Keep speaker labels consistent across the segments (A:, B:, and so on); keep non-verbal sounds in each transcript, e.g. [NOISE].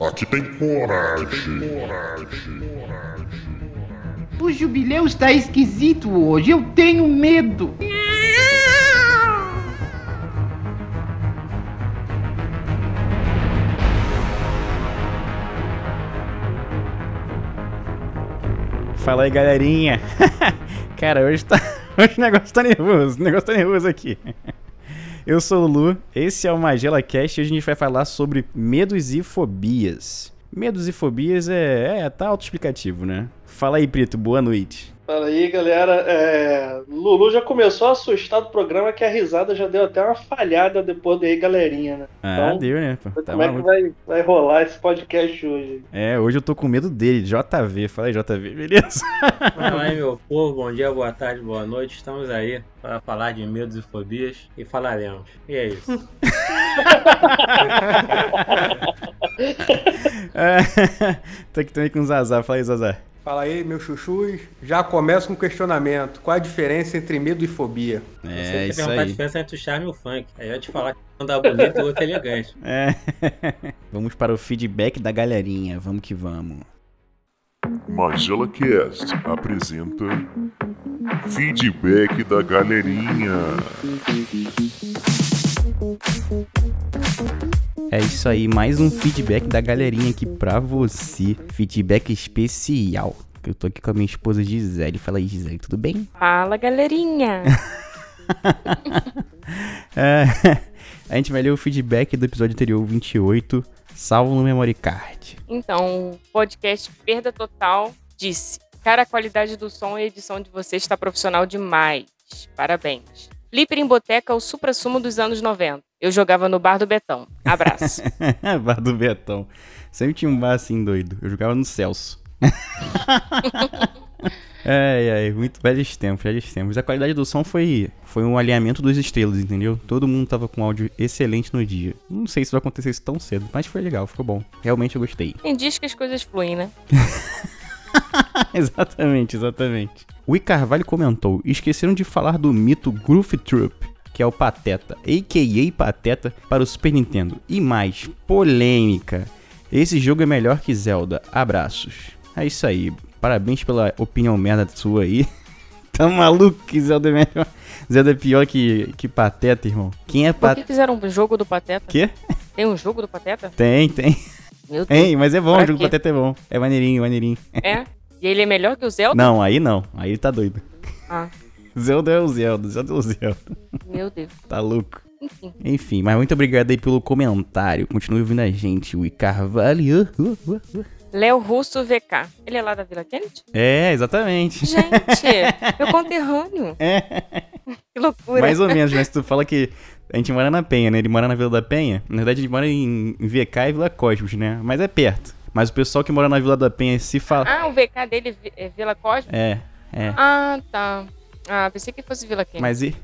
A: Aqui tem coragem. coragem.
B: O jubileu está esquisito hoje, eu tenho medo.
C: Fala aí, galerinha. [LAUGHS] Cara, hoje, tá... [LAUGHS] hoje o negócio tá nervoso. O negócio tá nervoso aqui. [LAUGHS] Eu sou o Lu, esse é o Magela Cast e hoje a gente vai falar sobre medos e fobias. Medos e fobias é, é tá autoexplicativo, né? Fala aí, Preto, boa noite.
D: Fala aí, galera. É, Lulu já começou a assustar do programa que a risada já deu até uma falhada depois daí, galerinha, né?
C: Ah,
D: Então,
C: deu, né? pô? Tá
D: Como é que
C: maluco.
D: vai, vai rolar esse podcast hoje?
C: É, hoje eu tô com medo dele, JV. Fala aí, JV, [LAUGHS] beleza?
E: Fala aí, meu povo. Bom dia, boa tarde, boa noite. Estamos aí para falar de medos e fobias e falaremos. E é isso.
C: É, tô aqui também com o Zazar. Fala aí, Zazar.
F: Fala aí, meus chuchus. Já começa com um questionamento. Qual a diferença entre medo e fobia?
C: É,
E: quer
C: isso
E: perguntar a
C: aí.
E: diferença entre o charme e o funk. Aí eu ia te falar que um dá bonito e o outro é elegante.
C: É. [LAUGHS] Vamos para o feedback da galerinha. Vamos que vamos.
A: Magela Cast é apresenta feedback da galerinha.
C: É isso aí, mais um feedback da galerinha aqui pra você. Feedback especial. Eu tô aqui com a minha esposa Gisele. Fala aí, Gisele, tudo bem?
G: Fala,
C: [LAUGHS]
G: galerinha!
C: É, [LAUGHS] a gente vai ler o feedback do episódio anterior, o 28, salvo no memory card.
G: Então, o podcast Perda Total disse: Cara, a qualidade do som e a edição de você está profissional demais. Parabéns. Flipper em Boteca é o supra-sumo dos anos 90. Eu jogava no bar do Betão.
C: [LAUGHS]
G: Abraço.
C: bar do Betão. Sempre tinha um bar assim doido. Eu jogava no Celso. ai, ai, muito velhos tempos, velhos tempos. A qualidade do som foi, foi um alinhamento dos estrelas, entendeu? Todo mundo tava com áudio excelente no dia. Não sei se vai acontecer isso tão cedo, mas foi legal, ficou bom. Realmente eu gostei.
G: Tem dias que as coisas fluem, né?
C: [LAUGHS] exatamente, exatamente. O I Carvalho comentou: esqueceram de falar do mito Groove Troop, que é o Pateta, a.k.a. Pateta, para o Super Nintendo. E mais, polêmica. Esse jogo é melhor que Zelda. Abraços. É isso aí. Parabéns pela opinião merda sua aí. [LAUGHS] tá maluco que Zelda é melhor. Zelda é pior que, que Pateta, irmão. Quem é
G: Por que
C: Pateta?
G: fizeram um jogo do Pateta?
C: Quê?
G: Tem um jogo do Pateta?
C: Tem, tem.
G: Meu Deus.
C: Tem, mas é bom,
G: Pra
C: o jogo do
G: quê?
C: Pateta é bom. É maneirinho, maneirinho.
G: É? E ele é melhor que o Zelda?
C: Não, aí não. Aí tá doido. [LAUGHS]
G: Ah,
C: Zelda é o Zelda, Zelda é o Zelda.
G: meu Deus.
C: Tá louco.
G: Enfim.
C: Enfim, mas muito obrigado aí pelo comentário. Continue ouvindo a gente, o Carvalho. Uh, uh, uh.
G: Léo Russo VK. Ele é lá da Vila Kennedy?
C: É,
G: [LAUGHS]
C: exatamente. [LAUGHS]
G: Gente, meu conterrâneo.
C: É,
G: Que loucura.
C: mais ou menos, mas tu fala que a gente mora na Penha, né? Ele mora na Vila da Penha. Na verdade, ele mora em VK e Vila Cosmos, né? Mas é perto. Mas o pessoal que mora na Vila da Penha se fala.
G: Ah, o VK dele é Vi- é Vila Cosme?
C: É, é.
G: Ah, tá. Ah, pensei que fosse Vila Kennedy.
C: Mas e.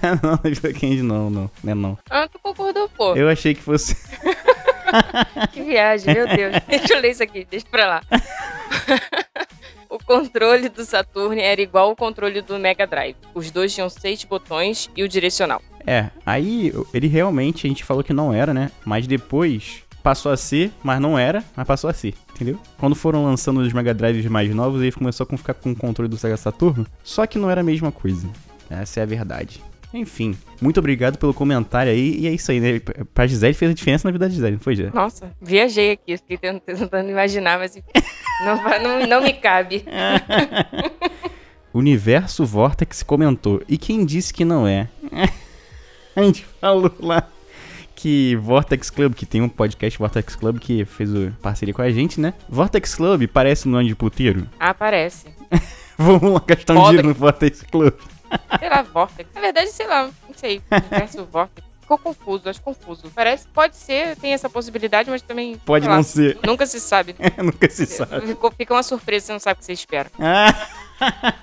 C: [LAUGHS] não, Vila Kennedy não, não. Não é não.
G: Ah, tu concordou, pô.
C: Eu achei que fosse.
G: Que viagem, meu
C: [LAUGHS]
G: Deus. deixa eu ler isso aqui, deixa pra lá. [LAUGHS] o controle do Saturn era igual ao controle do Mega Drive. Os dois tinham seis botões e o direcional.
C: É, aí ele realmente, a gente falou que não era, né? Mas depois passou a ser, mas não era, mas passou a ser, entendeu? Quando foram lançando os Mega Drives mais novos, ele começou a ficar com o controle do Sega Saturno, só que não era a mesma coisa. Essa é a verdade. Enfim, muito obrigado pelo comentário aí, e é isso aí, né? Pra Gisele fez a diferença na vida da Gisele, não foi, Gisele?
G: Nossa, viajei aqui. Fiquei tentando, tentando imaginar, mas enfim, não, va- não, não
C: [LAUGHS]
G: me cabe.
C: Universo Vortex comentou. E quem disse que não é? [LAUGHS] A gente falou lá que Vortex Club, que tem um podcast Vortex Club que fez o- parceria com a gente, né? Vortex Club parece um nome de puteiro. [LAUGHS]
G: Ah, parece.
C: Vamos lá gastar um
G: Pobre.
C: dinheiro no Vortex Club.
G: Sei lá, Vortex. Na verdade, sei lá,
C: [LAUGHS]
G: não sei. Universo Vortex. Ficou confuso, acho confuso. Parece, pode ser, tem essa possibilidade, mas também.
C: Pode
G: sei lá,
C: não ser, [LAUGHS]
G: Nunca se sabe.
C: nunca se sabe. [LAUGHS]
G: Ficou, fica uma surpresa, você não sabe o que você espera.
C: Ah,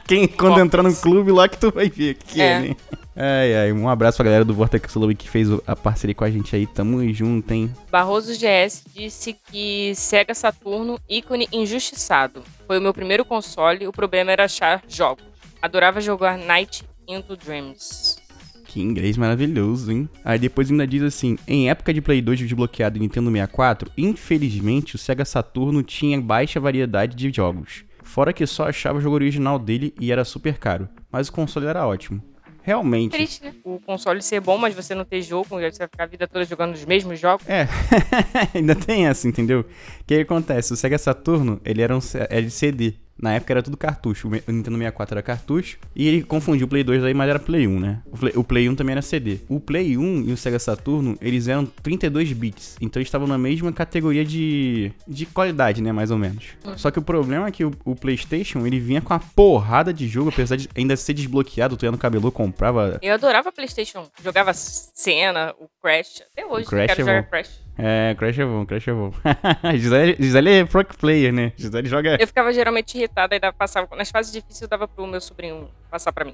C: Quem, quando entrar no clube lá que tu vai ver o que que é.
G: É.
C: né? Ai, ai, um abraço pra galera do Vortex Club que fez o- a parceria com a gente aí. Tamo junto, hein?
G: Barroso GS disse que Sega Saturno, ícone injustiçado. Foi o meu primeiro console, o problema era achar jogos. Adorava jogar Night into Dreams.
C: Que inglês maravilhoso, hein? Aí depois ainda diz assim: em época de Play 2 desbloqueado e Nintendo 64, infelizmente o Sega Saturno tinha baixa variedade de jogos. Fora que só achava o jogo original dele e era super caro. Mas o console era ótimo. Realmente.
G: Triste, né? O console ser bom, mas você não ter jogo, você vai ficar a vida toda jogando os mesmos jogos.
C: É, [LAUGHS] ainda tem essa, entendeu? O que acontece? O Sega Saturno, ele era um C- era de CD. Na época era tudo cartucho. O me- o Nintendo 64 era cartucho. E ele confundiu o Play 2 aí, mas era Play 1, né? O Play, o Play 1 também era CD. O Play 1 e o Sega Saturno, eles eram 32 bits. Então eles estavam na mesma categoria de, de qualidade, né? Mais ou menos. Só que o problema é que o, o PlayStation, ele vinha com uma porrada de jogo, apesar de ainda ser desbloqueado. Tu ia no cabelo, comprava
G: Eu adorava PlayStation. Jogava Cena, o Crash. Até hoje,
C: O Crash
G: quero
C: é
G: jogar
C: bom.
G: Crash.
C: É, Crash é bom, Crash é bom. [LAUGHS] Gisele, Gisele é pro player, né? Gisele joga.
G: Eu ficava geralmente irritada e dava- passava. Nas fases difíceis eu dava pro meu sobrinho passar pra mim.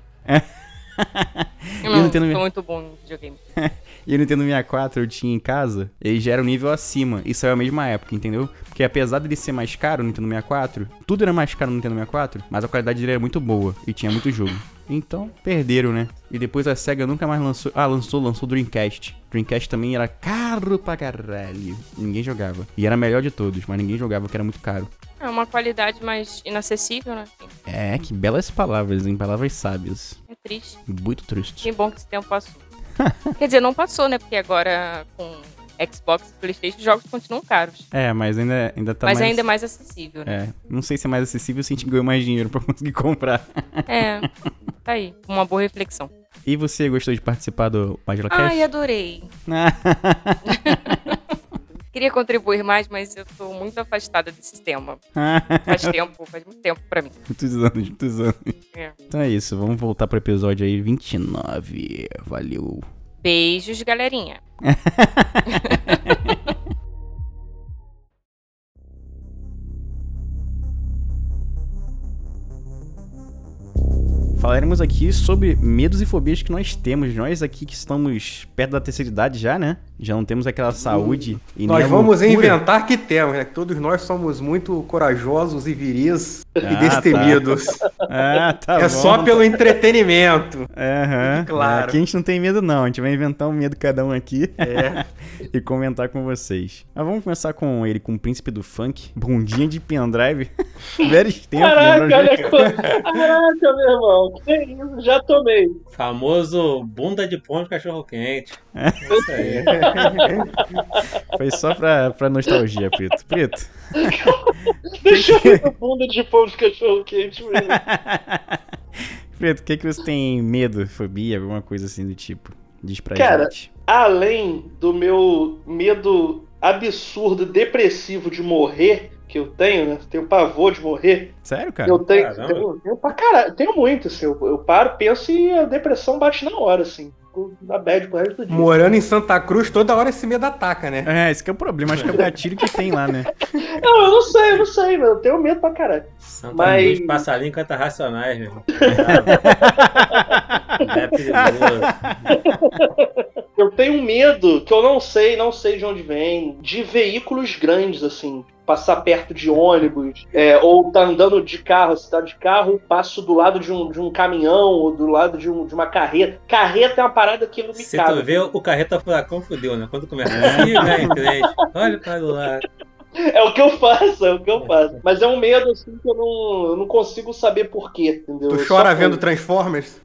C: E
G: Eu não,
C: o Nintendo
G: sou
C: mi-
G: muito bom em videogame.
C: e o Nintendo 64 eu tinha em casa, ele já era um nível acima. Isso é a mesma época, entendeu? Porque apesar dele ser mais caro, o Nintendo 64, tudo era mais caro no Nintendo 64, mas a qualidade dele era muito boa e tinha muito jogo. Então, perderam, né? E depois a SEGA nunca mais lançou. Ah, lançou, lançou o Dreamcast. Dreamcast também era caro pra caralho. Ninguém jogava. E era a melhor de todos, mas ninguém jogava porque era muito caro.
G: É uma qualidade mais inacessível, né? Assim,
C: É, que belas palavras, hein? Palavras sábias.
G: É triste.
C: Muito triste.
G: Que bom que esse tempo passou.
C: [LAUGHS]
G: Quer dizer, não passou, né? Porque agora com Xbox e Playstation, os jogos continuam caros.
C: É, mas ainda, ainda tá
G: mas
C: mais...
G: ainda é mais acessível, né?
C: É, não sei se é mais acessível se a gente ganhou mais dinheiro pra [LAUGHS] conseguir comprar.
G: É. Tá aí. Uma boa reflexão.
C: E você gostou de participar do Magela
G: Ai,
C: Cast?
G: adorei. Queria contribuir mais, mas eu tô muito afastada desse tema. Faz tempo, faz muito tempo pra mim.
C: [LAUGHS] muitos anos, muitos anos.
G: É.
C: Então é isso, vamos voltar pro episódio aí 29. Valeu.
G: Beijos, galerinha.
C: Falaremos aqui sobre medos e fobias que nós temos. Nós aqui que estamos perto da terceira idade já, né? Já não temos aquela saúde e nem
F: Nós
C: a
F: vamos
C: é loucura.
F: inventar que temos, né? Que Todos nós somos muito corajosos e viris
C: Ah,
F: e destemidos.
C: Ah, tá
F: é
C: bom.
F: só pelo
C: [LAUGHS]
F: entretenimento.
C: Aham.
F: claro.
C: Aqui a gente não tem medo, não. A gente vai inventar um medo cada um aqui
F: É.
C: e comentar com vocês. Mas vamos começar com ele, com o príncipe do funk, bundinha de pendrive.
D: [LAUGHS]
C: né, Velhos tempos,
D: Caraca,
C: lembra?
D: olha co- Caraca, meu irmão. Que isso? Já tomei.
E: Famoso bunda de pão de cachorro quente. Isso aí.
C: Foi só pra, pra nostalgia, Preto. Preto.
D: [LAUGHS] Deixa eu
C: [LAUGHS]
D: ver a bunda de pão de cachorro quente, meu irmão.
C: Preto, o que, que você tem medo, fobia, alguma coisa assim do tipo? Diz pra
D: Cara,
C: gente.
D: Além do meu medo absurdo, depressivo de morrer, que eu tenho, né? Tenho pavor de morrer.
C: Sério, cara?
D: Eu tenho,
E: Caramba.
D: tenho, tenho pra caralho, tenho muito, assim, eu, eu paro, penso e a depressão bate na hora, assim. Fico Na bad pro resto do dia.
F: [LAUGHS] Morando em Santa Cruz, toda hora esse medo ataca, né?
C: É, esse que é o problema. Acho que é o gatilho que tem lá,
D: [LAUGHS]
C: né?
D: Não, eu não sei, eu não sei, mano. Eu tenho medo pra caralho.
E: Santa
D: Mas-
E: Cruz, passarinho canta racionais,
D: [LAUGHS]
E: meu irmão. Cuidado. é perigoso.
D: Eu tenho medo que eu não sei, não sei de onde vem, de veículos grandes, assim. Passar perto de ônibus, é, ou tá andando de carro, se tá de carro, passo do lado de um, de um caminhão, ou do lado de, um- de uma carreta. Carreta é uma parada que não me
E: Se
D: cabe.
E: tu vê o carreta furacão, fudeu, né? Quando
C: É.
E: começa. Ih, vai em frente. Olha para o lado.
D: É o que eu faço, é o que eu faço. Mas é um medo, assim, que eu não, eu não consigo saber porquê, entendeu? Eu
F: Tu
D: só
F: chora
D: tenho.
F: vendo Transformers?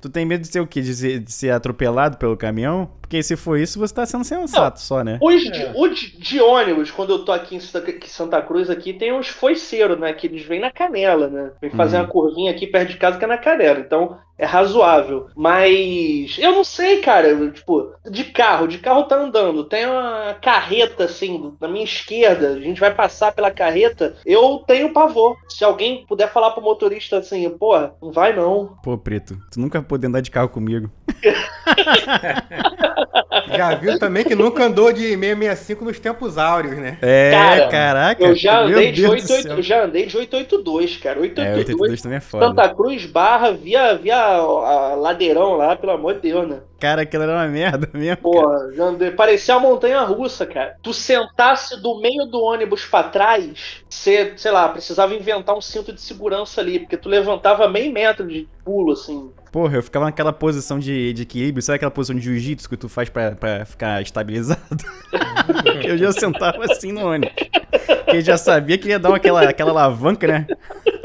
C: tu tem medo de ser o quê? De ser, de ser atropelado pelo caminhão? Porque se for isso, você tá sendo sensato só, né?
D: Os de,
E: É.
D: o de- de ônibus, quando eu tô aqui em Santa, aqui em Santa Cruz, aqui tem uns foiceiros, né? Que eles vêm na canela, né? Vem fazer
C: Uhum.
D: uma curvinha aqui perto de casa que é na canela. Então é razoável. Mas eu não sei, cara. eu, tipo, de carro, de carro tá andando. Tem uma carreta, assim, na minha esquerda. A gente vai passar pela carreta. Eu tenho pavor. Se alguém puder falar pro motorista assim, porra, não vai não.
C: Pô, Preto, tu nunca pôde andar de carro comigo.
F: Já viu também que nunca andou de 665 nos tempos áureos, né?
C: É,
D: Cara,
C: caraca.
D: Eu já
C: meu
D: andei, de
C: Deus do
D: 88,
C: céu.
D: eu já andei de 882, cara.
C: É,
D: 882
C: 82 também é foda.
D: Santa Cruz barra via, via a ladeirão lá, pelo amor de Deus, né?
C: Cara, aquilo era uma merda [LAUGHS] mesmo. cara.
D: Porra, já andei- parecia a montanha russa, cara. Tu sentasse do meio do ônibus pra trás, você, sei lá, precisava inventar um cinto de segurança ali, porque tu levantava meio metro de pulo, assim.
C: Porra, eu ficava naquela posição de, de equilíbrio, sabe aquela posição de jiu-jitsu que tu faz pra, pra ficar estabilizado? [LAUGHS] eu já sentava assim no ônibus. Porque já sabia que ia dar uma- aquela, aquela alavanca, né?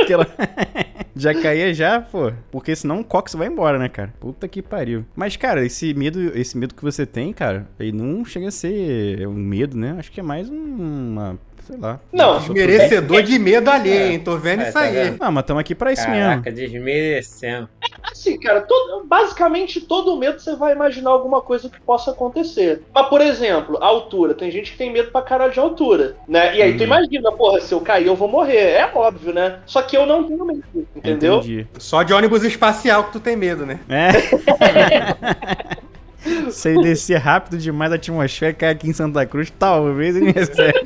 C: Aquela... [LAUGHS] já caía já, pô. Porque senão o Cox vai embora, né, cara? Puta que pariu. Mas, cara, esse medo, esse medo que você tem, cara, ele não chega a ser um medo, né? Acho que é mais um- uma. Sei lá.
D: Não,
C: Uma
F: Merecedor de medo alheio, hein? Tô vendo
E: É,
F: isso
E: tá
F: aí.
E: vendo?
C: Ah, mas estamos aqui pra isso mesmo.
E: Caraca, desmerecendo.
D: Assim, cara, todo- basicamente todo medo você vai imaginar alguma coisa que possa acontecer. Mas, por exemplo, a altura. Tem gente que tem medo pra caralho de altura, né? E aí tu imagina, porra, se eu cair eu vou morrer. É óbvio, né? Só que eu não tenho medo, entendeu?
C: Entendi.
F: Só de ônibus espacial que tu tem medo, né?
C: É. [LAUGHS] Se ele descer rápido demais a atmosfera, cai aqui em Santa Cruz, talvez ele recebe.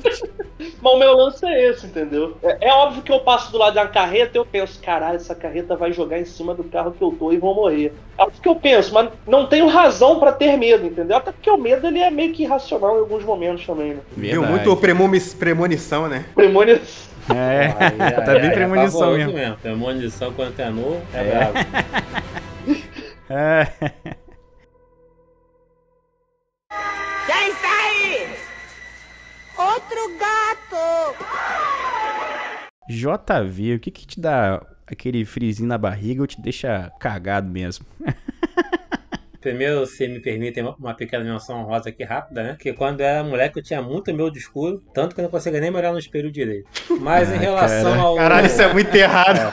D: Mas o meu lance é esse, entendeu? É, é óbvio que eu passo do lado de uma carreta e eu penso, caralho, essa carreta vai jogar em cima do carro que eu tô e vou morrer. É o que eu penso, mas não tenho razão pra ter medo, entendeu? Até porque o medo ele é meio que irracional em alguns momentos também, né?
F: Viu muito premumis- premonição, né?
D: Premonição.
C: É,
E: Aí,
C: [LAUGHS] tá
E: aí,
C: bem
E: aí,
C: premonição
E: é
C: mesmo.
E: pavoroso Premonição quando é novo, é, brabo.
C: É.
H: Quem está aí? Outro gato!
C: JV, o que que te dá aquele frizinho na barriga ou te deixa cagado mesmo?
E: Primeiro, se me permitem, uma pequena menção rosa aqui rápida, né? Que quando eu era moleque eu tinha muito medo de escuro, tanto que eu não conseguia nem me olhar no espelho direito. Mas em
C: Ah,
E: relação
C: cara.
E: ao.
F: Caralho, isso é muito errado.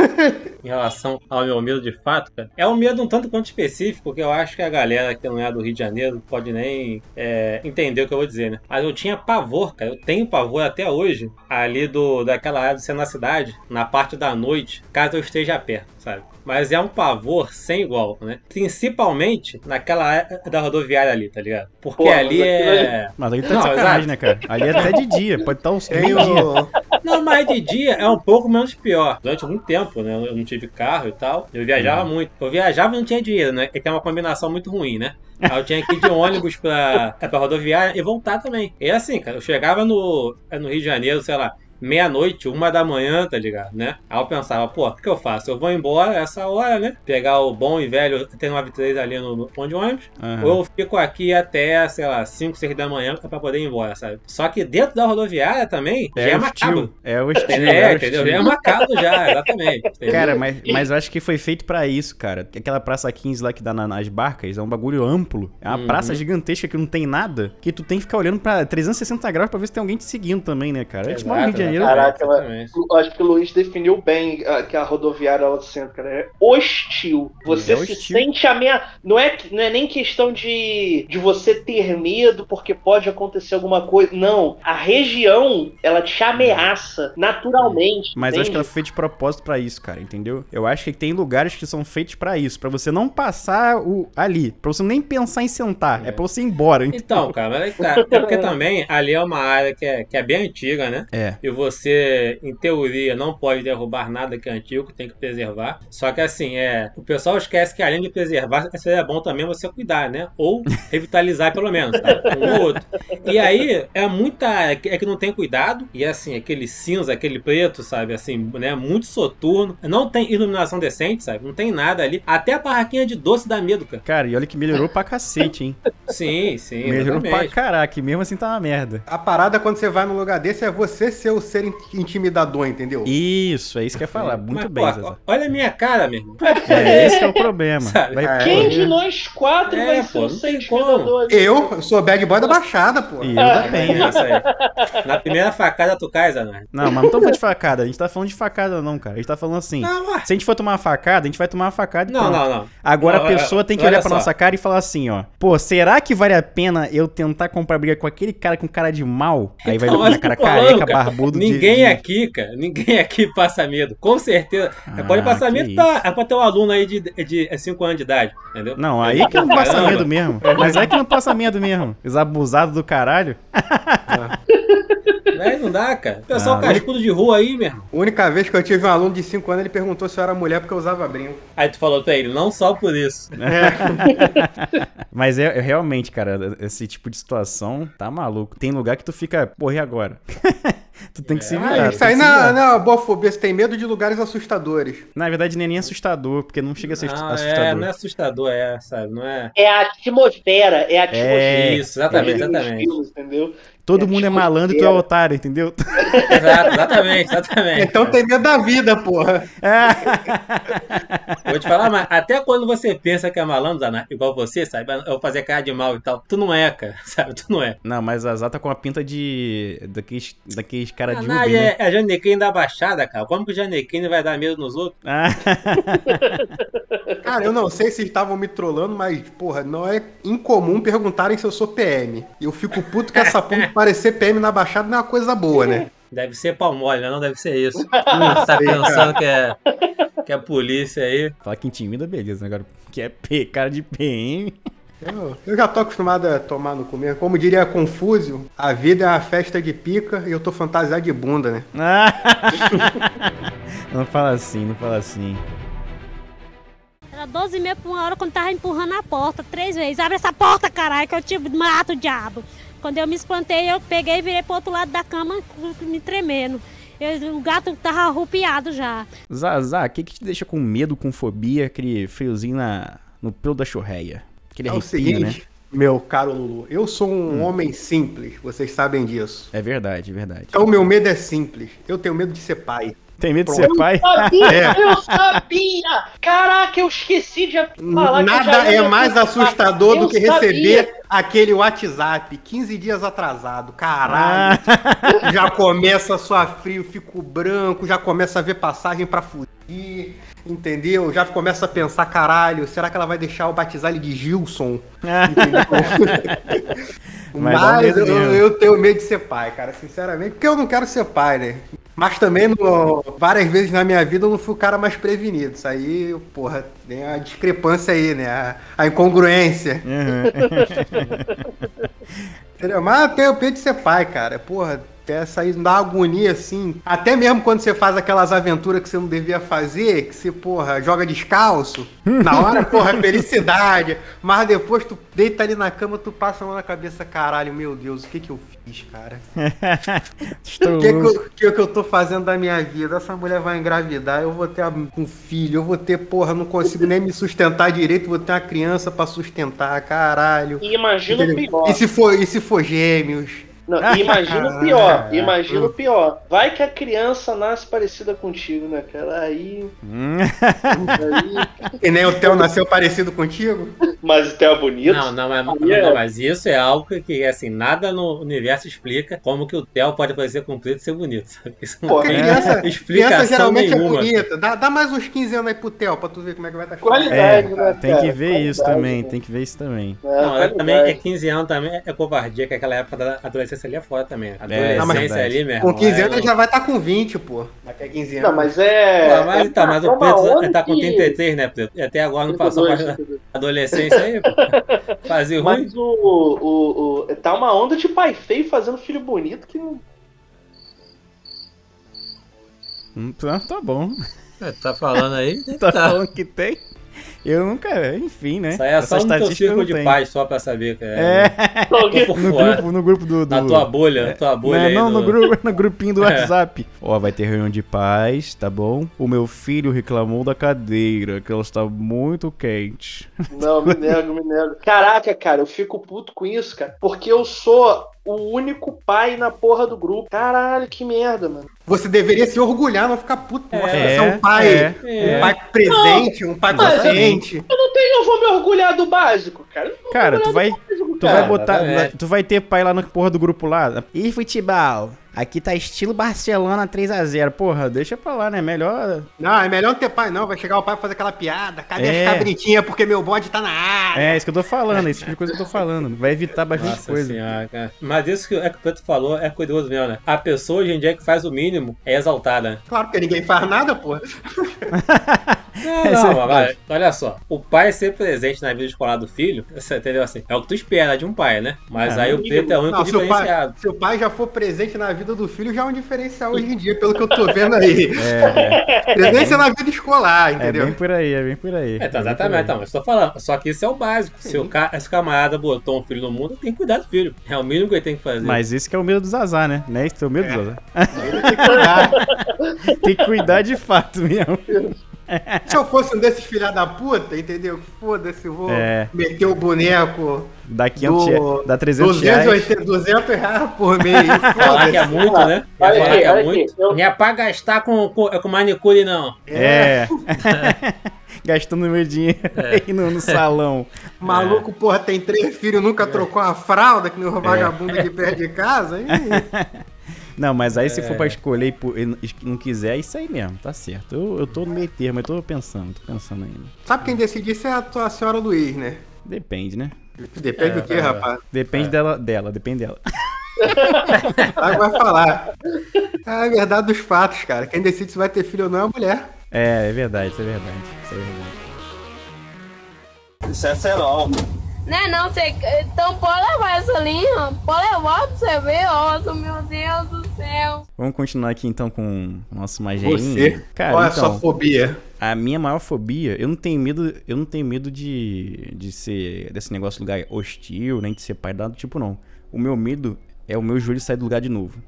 E: em relação ao meu medo de fato, cara, é um medo um tanto quanto específico, que eu acho que a galera que não é do Rio de Janeiro pode nem é, entender o que eu vou dizer, né? Mas eu tinha pavor, cara, eu tenho pavor até hoje, ali do daquela área do ser na cidade, na parte da noite, caso eu esteja perto, sabe? Mas é um pavor sem igual, né? Principalmente naquela área da rodoviária ali, tá ligado? Porque
D: Pô, mas
E: ali é.
C: Mas ali tá de
E: Não, É,
C: sacanagem, né, cara? Ali é até de dia, pode estar uns
F: Tem
C: meio dia.
F: o...
E: Não, mas de dia é um pouco menos pior. Durante algum tempo, né? Eu não tive carro e tal. Eu viajava muito. Eu viajava e não tinha dinheiro, né? Que é uma combinação muito ruim, né? Aí eu tinha que ir de ônibus pra, é, pra rodoviária e voltar também. E assim, cara, eu chegava no, é, no Rio de Janeiro, sei lá, meia-noite, uma da manhã, tá ligado, né? Aí eu pensava, pô, o que eu faço? Eu vou embora essa hora, né? Pegar o bom e velho T93 ali no, no ponto de ônibus.
C: Aham.
E: Ou eu fico aqui até, sei lá, 5, 6 da manhã pra poder ir embora, sabe? Só que dentro da rodoviária também já é macabro.
C: hostil. É hostil.
E: É,
C: hostil.
E: entendeu? Já é macabro
C: [LAUGHS]
E: já, exatamente. entendeu?
C: Cara, mas, mas eu acho que foi feito pra isso, cara. Aquela praça 15 lá que dá na- nas barcas é um bagulho amplo. É uma
E: Uhum.
C: praça gigantesca que não tem nada, que tu tem que ficar olhando pra 360 graus pra ver se tem alguém te seguindo também, né, cara? A gente mora no Rio de Janeiro.
E: Exato, exato,
D: Caraca, mas-
E: exatamente.
D: Eu Acho que o Luiz definiu bem ah, que a rodoviária lá do centro, cara, é hostil. Você
C: É
D: se
C: hostil.
D: sente ameaçado. Não é, que- não é nem questão de, de você ter medo porque pode acontecer alguma coisa. Não. A região, ela te ameaça naturalmente.
C: Mas eu acho que ela
D: entende?
C: foi feita de propósito pra isso, cara, entendeu? Eu acho que tem lugares que são feitos pra isso, pra você não passar o ali, pra você nem pensar em sentar, é,
E: É.
C: pra você ir embora. ent-
E: Então, cara, mas aí que tá. é porque também ali é uma área que é, que é bem antiga, né?
C: É.
E: E você, em teoria, não pode derrubar nada que é antigo, tem que preservar. Só que assim, é, o pessoal esquece que além de preservar, seria bom também você cuidar, né? Ou revitalizar pelo menos, tá? um ou outro. E aí, é muita área que- é que não tem cuidado, e assim, aquele cinza, aquele preto, sabe, assim, né, muito soturno, não tem iluminação decente, sabe, não tem nada ali. Até a barraquinha de doce dá medo, cara.
C: Cara, e olha que melhorou pra cacete, hein?
E: Sim, sim,
C: melhorou pra
E: exatamente.
C: caraca, e mesmo assim tá uma merda.
F: A parada quando você vai num lugar desse é você ser o ser in- intimidador, entendeu?
C: Isso, é isso que eu ia falar. Muito
E: Mas,
C: bem,
E: pô,
C: Zaza.
E: Olha a minha cara, meu irmão. [LAUGHS]
C: É, esse que é o [LAUGHS] problema.
E: Sabe?
C: Vai-
F: É.
D: Quem de nós quatro
E: É,
D: vai ser um
E: pô,
D: o
E: não
D: seis
E: tem como.
D: jogadores?
F: Eu sou bad boy da baixada, pô.
C: E eu da [LAUGHS]
E: Bem,
C: Penha.
E: é isso aí. Na primeira facada tu cai, Zanardi.
C: Não, mas não estamos falando de facada. A gente tá falando de facada, não, cara. A gente tá falando assim.
E: Não, ué.
C: Se a gente for tomar uma facada, a gente vai tomar uma facada e
E: Não,
C: pronto.
E: não, não.
C: Agora
E: Não,
C: a
E: olha-
C: pessoa tem que
E: olha
C: olhar pra
E: só.
C: nossa cara e falar assim, ó. Pô, será que vale a pena eu tentar comprar briga com aquele cara com cara de mal? Aí vai
E: Então,
C: vir
E: mas
C: na cara é.
E: tô falando,
C: careca,
E: cara.
C: barbudo de-
E: Ninguém
C: de...
E: aqui, cara, ninguém aqui passa medo. Com certeza.
C: Ah,
E: pode passar
C: que
E: medo,
C: isso.
E: tá? É pra ter um aluno aí de 5 anos de idade,
C: [LAUGHS]
E: entendeu?
C: Não, aí que não passa
E: Caramba.
C: medo [LAUGHS] mesmo. Mas aí que não passa medo mesmo. Os abusados do caralho.
E: Aí não dá, cara. O pessoal
C: Ah,
E: cascudo de rua aí, meu irmão.
F: Única vez que eu tive um aluno de 5 anos, ele perguntou se eu era mulher porque eu usava brinco.
E: Aí tu falou pra ele, não só por isso.
C: Mas é, é realmente, cara, esse tipo de situação tá maluco. Tem lugar que tu fica, porra, e agora? [LAUGHS] Tu tem que se
F: Ah,
C: virar. tu
F: isso
C: tem
F: aí
C: que se
F: na,
C: virar.
F: na abofobia, você tem medo de lugares assustadores.
C: Na verdade, nem é nem assustador, porque não chega a ser
E: Ah, é,
C: assustador.
E: não é assustador, é, sabe? Não é.
D: É a atmosfera, é a atmosfera.
C: É,
E: Isso, exatamente,
D: dos
E: exatamente.
D: filmes, entendeu?
C: Todo
D: é
C: mundo é
D: tipo
C: malandro e tu é
D: inteiro.
C: otário, entendeu? [LAUGHS]
E: Exato, exatamente, exatamente.
F: Então tem medo da vida, porra.
C: É.
E: Vou te falar, mas até quando você pensa que é malandro, Zanar, igual você, sabe? Eu vou fazer cara de mal e tal. Tu não é, cara, [LAUGHS] sabe? Tu não é.
C: Não, mas a Zá tá com a pinta de. daqueles, daqueles cara de
E: Zanar
C: Uber, né?
E: é, é Janequim da Baixada, cara. Como que o Janequim vai dar medo nos outros?
C: [LAUGHS] Ah,
F: Cara, eu não sei se estavam me trolando, mas, porra, não é incomum perguntarem se eu sou PM. E eu fico puto que essa [LAUGHS] porra de parecer PM na Baixada não é uma coisa boa, né?
E: Deve ser pau mole, né? Não deve ser isso.
F: Não
E: tá
F: sei,
E: pensando que é, que é polícia aí.
C: Falar que intimida, beleza. Agora, que é P, cara de PM.
F: Eu, eu já tô acostumado a tomar no comer. Como diria Confúcio, a vida é uma festa de pica e eu tô fantasiado de bunda, né?
C: [LAUGHS] não fala assim, não fala assim.
I: Era 12 Tá e meia por uma hora quando tava empurrando a porta três vezes. Abre essa porta, caralho, que eu te mato, diabo. Quando eu me espantei, eu peguei e virei pro outro lado da cama, me tremendo. Eu- o gato tava arrupiado já.
C: Zazá, o que, que te deixa com medo, com fobia, aquele friozinho na, no pelo da churreia? Aquele
F: É o
C: arrepio,
F: seguinte,
C: né?
F: meu caro Lulu, eu sou um homem simples, vocês sabem disso.
C: É verdade, é verdade.
F: Então meu medo é simples. Eu tenho medo de ser pai.
C: Tem medo de ser pai?
D: Sabia,
F: É.
D: eu sabia! Caraca, eu esqueci de falar que eu já
F: Nada
D: ia
F: é mais
D: pensar.
F: assustador do
D: Eu
F: que
D: sabia.
F: receber aquele WhatsApp 15 dias atrasado. Caralho.
D: Ah.
F: Já começa a suar frio, fico branco, já começa a ver passagem pra fugir, entendeu? Já começa a pensar, caralho, será que ela vai deixar eu batizar ele de Gilson?
C: [LAUGHS]
F: Entendeu?
C: Mas dá um
F: Mas
C: medo
F: eu,
C: mesmo.
F: eu tenho medo de ser pai, cara, sinceramente, porque eu não quero ser pai, né? Mas também, no- várias vezes na minha vida, eu não fui o cara mais prevenido. Isso aí, porra, tem a discrepância aí, né? A, a incongruência. Entendeu? Mas eu tenho medo de ser pai, cara. Porra, até sair da agonia, assim. Até mesmo quando você faz aquelas aventuras que você não devia fazer, que você, porra, joga descalço. Na hora, porra, felicidade. Mas depois tu deita ali na cama, tu passa a mão na cabeça, caralho, meu Deus, o que que eu fiz, cara?
C: Estou
F: O que que, eu, que que eu tô fazendo da minha vida? Essa mulher vai engravidar, eu vou ter um filho, eu vou ter, porra, não consigo nem me sustentar direito, vou ter uma criança pra sustentar, caralho.
D: E imagina o
F: Entendeu?
D: pior.
F: E se for, e se for gêmeos?
D: Não, e imagina o
F: [LAUGHS] Ah,
D: pior. Imagina o pior. Vai que a criança nasce parecida contigo, né, cara? Aí.
F: Hum.
D: aí...
F: E nem o Theo nasceu parecido contigo?
D: [LAUGHS] Mas o Theo é bonito.
E: Não, não, mas,
D: Aí é-
E: não, mas isso é algo que- que, assim, nada no universo explica como que o Theo pode parecer completo e ser bonito. Sabe? Isso [LAUGHS] não
D: Pô,
F: Porque
E: tem
F: criança,
E: explicação
F: criança geralmente
E: nenhuma.
F: é bonita. Dá, dá mais uns 15 anos aí pro Theo pra tu ver como é que vai estar
D: Qualidade,
C: É,
D: né,
C: tem que
D: cara?
C: ver isso
D: Qualidade,
C: também,
D: né?
C: tem que ver isso também.
D: É,
E: Não, ela
D: qualidade.
E: também é 15 anos, também é covardia, que aquela época da adolescência ali é fora também.
C: não, mas-
E: Adolescência ali, meu
F: Com
E: irmão,
F: 15 anos
E: é-
F: ele já vai estar com 20, pô. Daqui a 15 anos.
D: Não, mas é.
E: Pô, mas,
D: é
E: então, mas o
D: uma onda
E: Preto tá com
D: que-
E: 33, né, Preto? E até agora não passou pra
D: 32, 32.
E: [LAUGHS] adolescência aí, pô. Fazia ruim.
D: né? Mas o, o, o- Tá uma onda de pai feio fazendo filho bonito que não.
C: Hum, Tá tá bom. [LAUGHS]
E: É, Tá falando aí.
C: Tá falando que tem? Eu nunca, enfim, né?
E: Isso aí é só no teu
C: estatística eu
E: círculo
C: não
E: de
C: tenho.
E: paz, só pra saber. Cara.
C: É,
E: Tô por
C: no
E: fora.
C: grupo, no grupo do. do...
E: Na tua bolha, na tua bolha
C: Não,
E: aí.
C: É, Né? não, no,
E: do-
C: grupo, [LAUGHS] no grupinho do
E: É.
C: WhatsApp. Ó, vai ter reunião de paz, tá bom? O meu filho reclamou da cadeira, que ela está muito quente.
D: Não, me nego, me nego. Caraca, cara, eu fico puto com isso, cara. Porque eu sou o único pai na porra do grupo. Caralho, que merda, mano.
F: Você deveria se orgulhar, não ficar puto. Nossa,
C: É,
F: você é um pai.
C: é,
F: Um
E: é.
F: pai presente, um pai
D: Mas-
F: consciente.
D: Eu não tenho, eu vou me orgulhar do básico, cara. Eu não vou
C: Cara,
D: me
C: tu
D: orgulhar
C: vai,
D: do básico,
C: tu
D: cara.
C: vai botar.
E: exatamente.
C: Tu vai ter pai lá no porra do grupo lá. É, Ih, futebol. Aqui tá estilo Barcelona 3x0. Porra, deixa pra lá, né? Melhor.
F: Não, é melhor não ter pai, não. Vai chegar o pai e fazer aquela piada. Cadê
C: É.
F: as cabritinhas? Porque meu bode tá na área.
C: É, isso que eu tô falando, esse tipo de coisa que eu tô falando. Vai evitar bastante
E: Nossa
C: coisa.
E: senhora, cara. Mas isso que o Preto falou é cuidadoso mesmo, né? A pessoa hoje em dia que faz o mínimo é exaltada.
F: Claro, porque ninguém faz nada, pô.
E: Não,
C: Essa é
E: não, agora,
C: verdade.
E: olha só. O pai ser presente na vida escolar do filho, você entendeu assim? É o que tu espera de um pai, né? Mas
C: É.
E: aí o preto é o único
F: Não, se, o pai,
E: diferenciado.
F: se o pai já for presente na vida do filho, já é um diferencial hoje em dia, pelo que eu tô vendo aí.
C: É,
F: Presença na vida escolar,
C: é, é
F: entendeu?
C: bem por aí, é bem por aí.
E: É, tá,
C: bem por
E: exatamente,
C: aí.
E: então, eu estou falando. Só que isso é o básico. Se o ca... esse camarada botou um filho no mundo, tem que cuidar do filho. É o mínimo que ele tem que fazer.
C: Mas esse que é o medo dos azar, né? Né? Esse é o medo dos azar.
F: Ah,
C: Tem que cuidar de fato mesmo.
F: se eu fosse um desses filha da puta, entendeu? Foda-se, eu vou
C: É.
F: meter o boneco.
C: Dá 500 reais, um dá 300 reais.
F: 280, 200 reais por mês.
E: Falar que é
F: foda-se.
E: muito, né?
D: Olha
E: Falar
D: aqui,
E: que é
D: olha
E: muito.
D: aqui, eu-
E: Não é pra gastar com, com, é com manicure, não.
C: É. Gastando meu dinheiro [LAUGHS] aí no, no salão.
F: Maluco, porra, tem três filhos,
C: É.
F: nunca trocou uma fralda, que nem o vagabundo aqui perto de casa. Ih,
C: Não, mas aí
F: É.
C: se for pra escolher e por- e n- e não quiser, é isso aí mesmo, tá certo. Eu, eu tô no meio termo, eu tô pensando, tô pensando ainda.
F: Sabe quem decide isso é a tua senhora Luiz, né?
C: Depende, né?
F: Depende do que, rapaz?
C: Depende dela, dela, depende dela.
F: Ela vai falar. É a verdade dos fatos, cara. Quem decide se vai ter filho ou não é a mulher.
C: É, é verdade, isso é verdade. Isso é verdade.
J: Isso é cerol.
H: Né não, você. Então pode levar essa linha. Pode levar pra você ver, ó. Meu Deus do céu.
C: Vamos continuar aqui então com o nosso
F: Você.
C: magerinho.
F: Olha
C: Cara,
F: a sua
C: então,
F: fobia.
C: a minha maior fobia, eu não tenho medo, eu não tenho medo de, de ser desse negócio de lugar hostil, nem de ser pai nada do tipo não. O meu medo é o meu joelho sair do lugar de novo.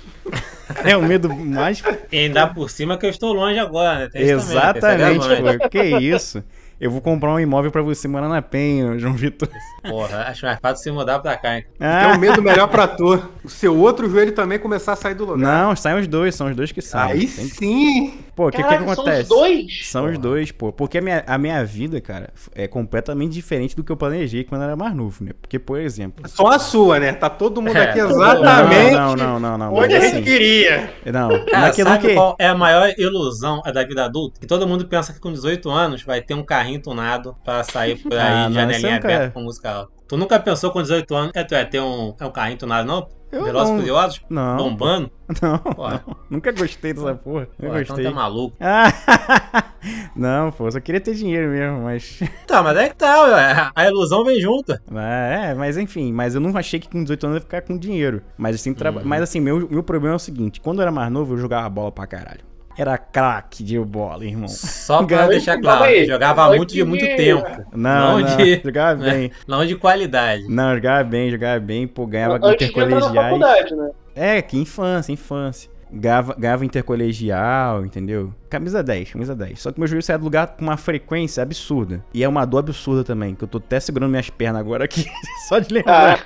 C: [LAUGHS] é o medo mais
E: E ainda por cima que eu estou longe agora, né? Tem isso também, né? Tem essa
C: Exatamente,
E: gravante.
C: pô. Que isso? Eu vou comprar um imóvel pra você morar na Penha, João Vitor.
E: Porra, acho mais fácil se mudar pra cá, hein?
F: É
C: Ah,
F: um medo melhor pra tu. O seu outro joelho também começar a sair do lugar.
C: não, saem os dois, são os dois que saem.
F: Aí
C: Tem que-
F: sim.
C: Pô, o que, que
D: Caraca, são
C: acontece?
D: os dois?
C: São os dois, pô. Porque a minha, a minha vida, cara, f- é completamente diferente do que eu planejei quando eu era mais novo, né? Porque, por exemplo.
F: Só a sua, né? Tá todo mundo
E: É,
F: aqui
E: todo mundo.
F: exatamente
C: Não, não, não, não, não.
F: onde a
C: mas
F: gente
C: assim,
F: queria.
C: não,
E: Cara,
C: naquilo
E: sabe
C: que.
E: qual é a maior ilusão da vida adulta? Que todo mundo pensa que com 18 anos vai ter um carrinho tunado pra sair por aí,
C: Ah, não, isso é um
E: janelinha
C: cara-
E: aberta com música alta. Tu nunca pensou com 18 anos que tu ia ter um, é um carrinho tunado, não?
C: Eu
E: Velozes
C: não.
E: e Furiosos?
C: Não,
E: Bombando?
C: [LAUGHS] não,
E: Porra.
C: não. Nunca gostei dessa porra. Eu
E: Porra, então
C: gostei.
E: tá maluco.
C: [LAUGHS] Ah, [LAUGHS] não, pô, só queria ter dinheiro mesmo, mas.
E: Tá, mas é que tá, ué. a ilusão vem junto.
C: Ah, é, mas enfim, mas eu não achei que com 18 anos eu ia ficar com dinheiro. Mas assim, traba-
E: Uhum.
C: mas, assim meu, meu problema é o seguinte: quando eu era mais novo, eu jogava bola pra caralho. Era craque de bola, irmão.
E: Só pra
C: Garoto,
E: deixar
D: calma
E: claro,
D: aí.
E: eu jogava
D: Olha
E: muito
D: que
E: de muito
D: dinheiro.
E: tempo.
C: Não,
E: Não,
C: não,
E: de-
C: jogava
E: né? [LAUGHS]
C: bem.
E: Não de qualidade.
C: Não, jogava bem, jogava bem, pô, ganhava
D: Antes de entrar na
C: intercolegiais.
D: faculdade, né?
C: É, que infância, infância. Ganhava, ganhava intercolegial, entendeu? Camisa 10, camisa 10. Só que meu joelho sai do lugar com uma frequência absurda. E é uma dor absurda também, que eu tô até segurando minhas pernas agora aqui, [LAUGHS] só de lembrar.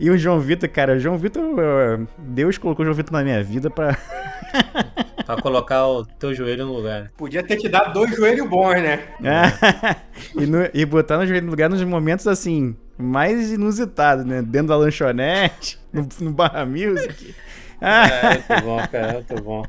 C: E o João Vitor, cara, o João Vitor. eh, Deus colocou o João Vitor na minha vida pra.
E: Pra colocar o teu joelho no lugar.
F: Podia ter te dado dois joelhos bons, né?
C: [LAUGHS] e, no- e botar no joelho no lugar nos momentos assim, mais inusitados, né? Dentro da lanchonete, [LAUGHS] no, no Barra Music. Ah,
E: É, muito bom, cara, muito bom.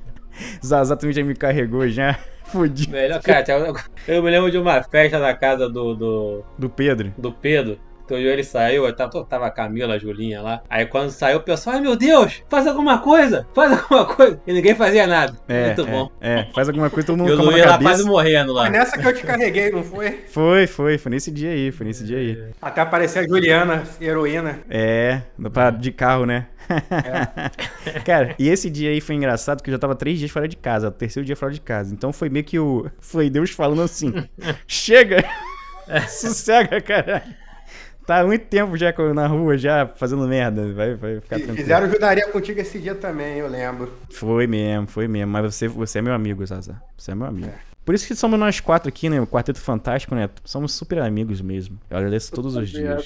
C: Zazá também já me carregou já. [LAUGHS] Fudido.
E: Melhor, cara, até eu- eu me lembro de uma festa na casa do, do,
C: Do Pedro.
E: do Pedro. Então ele saiu, eu tava, tava a Camila, a Julinha lá. Aí quando saiu, o pessoal, ai meu Deus, faz alguma coisa, faz alguma [LAUGHS] coisa. E ninguém fazia nada.
C: É,
E: Muito
C: é,
E: bom.
C: É, faz alguma coisa, todo mundo
E: E o
C: com a
E: Luiz lá quase
C: cabeça.
E: morrendo
C: Ah.
E: lá.
F: Foi nessa que eu te carreguei, não foi?
C: Foi, foi, foi nesse dia aí, foi nesse dia aí.
F: Até aparecer a Juliana, heroína.
C: É, no- pra- de carro, né? [LAUGHS] Cara, e esse dia aí foi engraçado porque eu já tava três dias fora de casa, o terceiro dia fora de casa. Então foi meio que o. Foi Deus falando assim: chega! [LAUGHS] Sossega, caralho! Tá há muito tempo já com- na rua, já fazendo merda. Vai, vai ficar
F: E
C: tranquilo.
F: Fizeram ajudaria contigo esse dia também, eu lembro.
C: Foi mesmo, foi mesmo. Mas você, você é meu amigo, Zaza. Você é meu amigo. Por isso que somos nós quatro aqui, né? O Quarteto Fantástico, né? Somos super amigos mesmo. Eu agradeço todos os dias.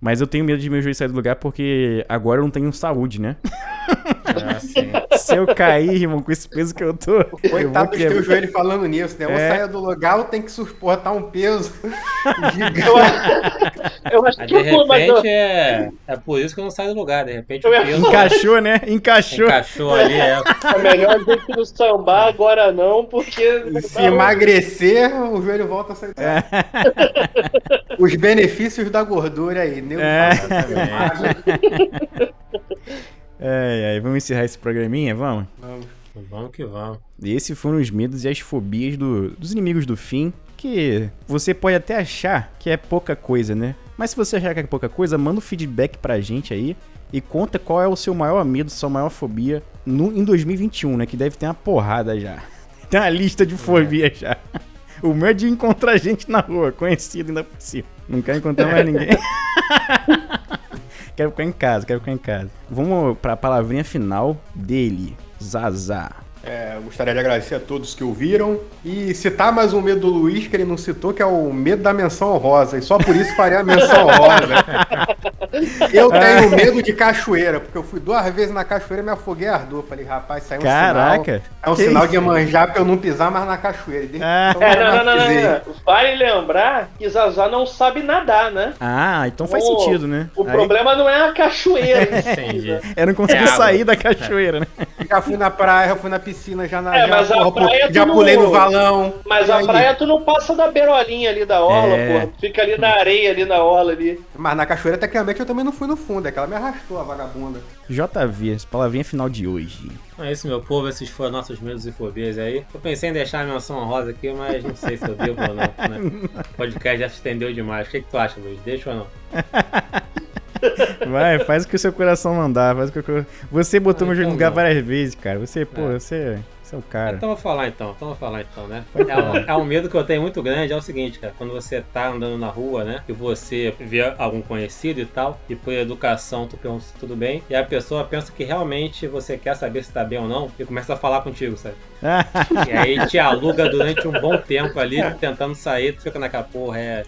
C: Mas eu tenho medo de meu juiz sair do lugar porque agora eu não tenho saúde, né?
E: Ah, sim.
D: [LAUGHS]
C: Se eu cair, [LAUGHS] irmão, com esse peso que eu tô. eu vou
F: Coitado dos
C: quebrar.
F: teus joelhos falando nisso, né? Ou
C: É.
F: saia do lugar ou tem que suportar um
C: [LAUGHS]
F: peso
D: Eu
F: gigante.
D: acho, eu acho
E: Aí,
D: que
E: Ah, de
D: eu tô, mas eu-
E: repente é, é por isso que eu não saio do lugar. De repente o
D: Eu ia
E: peso
C: Encaixou, né? Encaixou.
E: encaixou ali. É,
D: é melhor a gente não sambar agora não, porque...
F: Se emagrecer, o joelho volta a sair do lugar. Os benefícios da gordura aí, né?
C: É. É, é, vamos encerrar esse programinha? Vamos?
E: Vamos que vamos.
C: E esses foram os medos e as fobias do- dos inimigos do fim, que você pode até achar que é pouca coisa, né? Mas se você achar que é pouca coisa, manda um feedback pra gente aí e conta qual é o seu maior medo, sua maior fobia no, em 2021, né? Que deve ter uma porrada já. [LAUGHS] Tem uma lista de fobia já. O meu é de encontrar gente na rua, conhecido ainda por cima. Não quero encontrar mais ninguém. [LAUGHS] quero ficar em casa, quero ficar em casa. Vamos pra palavrinha final dele, Zazá.
F: É, eu gostaria de agradecer a todos que ouviram e citar mais um medo do Luiz que ele não citou, que é o medo da menção honrosa. E só por isso faria a
C: [LAUGHS]
F: menção honrosa. Eu
C: É.
F: tenho medo de cachoeira, porque eu fui duas vezes na cachoeira e me afoguei a ardor. Falei, rapaz, saiu um sinal.
C: Caraca!
F: É um
C: Que
F: sinal
C: isso?
F: de manjar pra eu não pisar mais na cachoeira. E desde
C: Ah.
F: então,
D: É,
F: eu
D: não, não, não,
F: pisei.
D: não, não. Vale lembrar que Zazá não sabe nadar, né?
C: Ah, então faz
D: O-
C: sentido, né?
D: O
C: Aí
D: problema não é a cachoeira em si,
E: Entendi.
D: né?
C: [LAUGHS] Eu não consigo
E: É água.
C: sair da cachoeira, né?
F: Já fui na praia, já fui na piscina, já na
D: É,
F: já,
D: mas a praia tu
F: já
D: não-
F: pulei no valão.
D: Mas
F: E
D: a
F: aí?
D: praia tu não passa da beirolinha ali da orla,
C: É.
D: pô. Fica ali na areia, ali na orla ali.
F: Mas na cachoeira, tecnicamente, eu também não fui no fundo, é que ela me arrastou, a vagabunda.
C: JV, essa palavrinha é final de hoje.
E: Então é isso, meu povo. Esses foram nossos medos e fobias aí. Eu pensei em deixar a menção honrosa aqui, mas não sei se eu devo ou não.
C: [LAUGHS]
E: Né? O podcast já se estendeu demais. O que, que tu acha, Luiz? Deixa ou não?
C: Vai, faz o que o seu coração mandar, faz o que eu... Você botou
E: Ah,
C: meu jogo
E: então
C: no lugar
E: não.
C: várias vezes, cara. Você, pô,
E: É.
C: você, você é o cara. [LAUGHS]
E: Então vou falar então, então vou falar então, né? É um, é um medo que eu tenho muito grande, é o seguinte, cara, quando você tá andando na rua, né? E você vê algum conhecido e tal, e por educação tu pergunta se tudo bem, e a pessoa pensa que realmente você quer saber se tá bem ou não, e começa a falar contigo, sabe?
C: Ah,
E: E aí te aluga durante um bom tempo ali, tentando sair, tu fica naquela porra, é.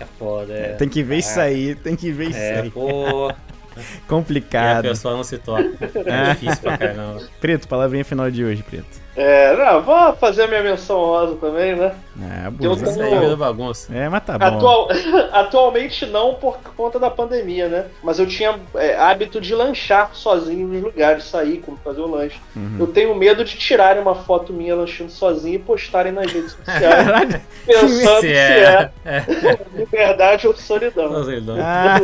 E: É foda, é.
C: tem que ver isso aí, tem que ver isso
E: É,
C: aí.
E: pô, e a
C: Complicado.
E: pessoa não se toca. É difícil pra caramba.
C: Preto, palavrinha final de hoje, Preto.
D: É, não, vou fazer a minha menção rosa também, né?
C: Ah,
D: Eu
C: bonito.
E: Isso aí
D: tenho-
E: virou bagunça.
C: É, mas tá bom.
D: Atual- [LAUGHS] Atualmente não por conta da pandemia, né? Mas eu tinha é, hábito de lanchar sozinho nos lugares, sair, como fazer o lanche. Eu tenho medo de tirarem uma foto minha lanchando sozinho e postarem nas redes
C: [LAUGHS]
D: sociais,
C: Caralho.
D: pensando
E: Se
D: se
E: é.
D: é liberdade ou
E: [LAUGHS]
D: solidão.
E: Não sei, não.
C: Ah,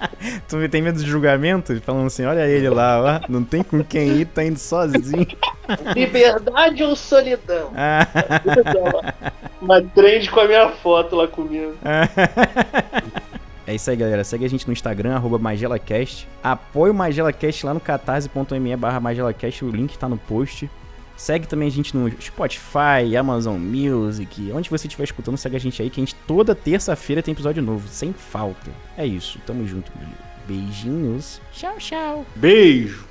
C: [LAUGHS] tu tem medo de julgamento? Falando assim, olha ele lá, ó. Não tem com quem ir, tá indo sozinho.
D: Liberdade ou solidão?
C: Ah.
D: Uma trend com a minha foto lá comigo.
C: É isso aí, galera. Segue a gente no Instagram, arroba MagelaCast. Apoie o MagelaCast lá no catarse.me barra MagelaCast. O link tá no post. Segue também a gente no Spotify, Amazon Music. Onde você estiver escutando, segue a gente aí, que a gente toda terça-feira tem episódio novo, sem falta. É isso. Tamo junto, meu lindo. Beijinhos. Tchau, tchau.
F: Beijo!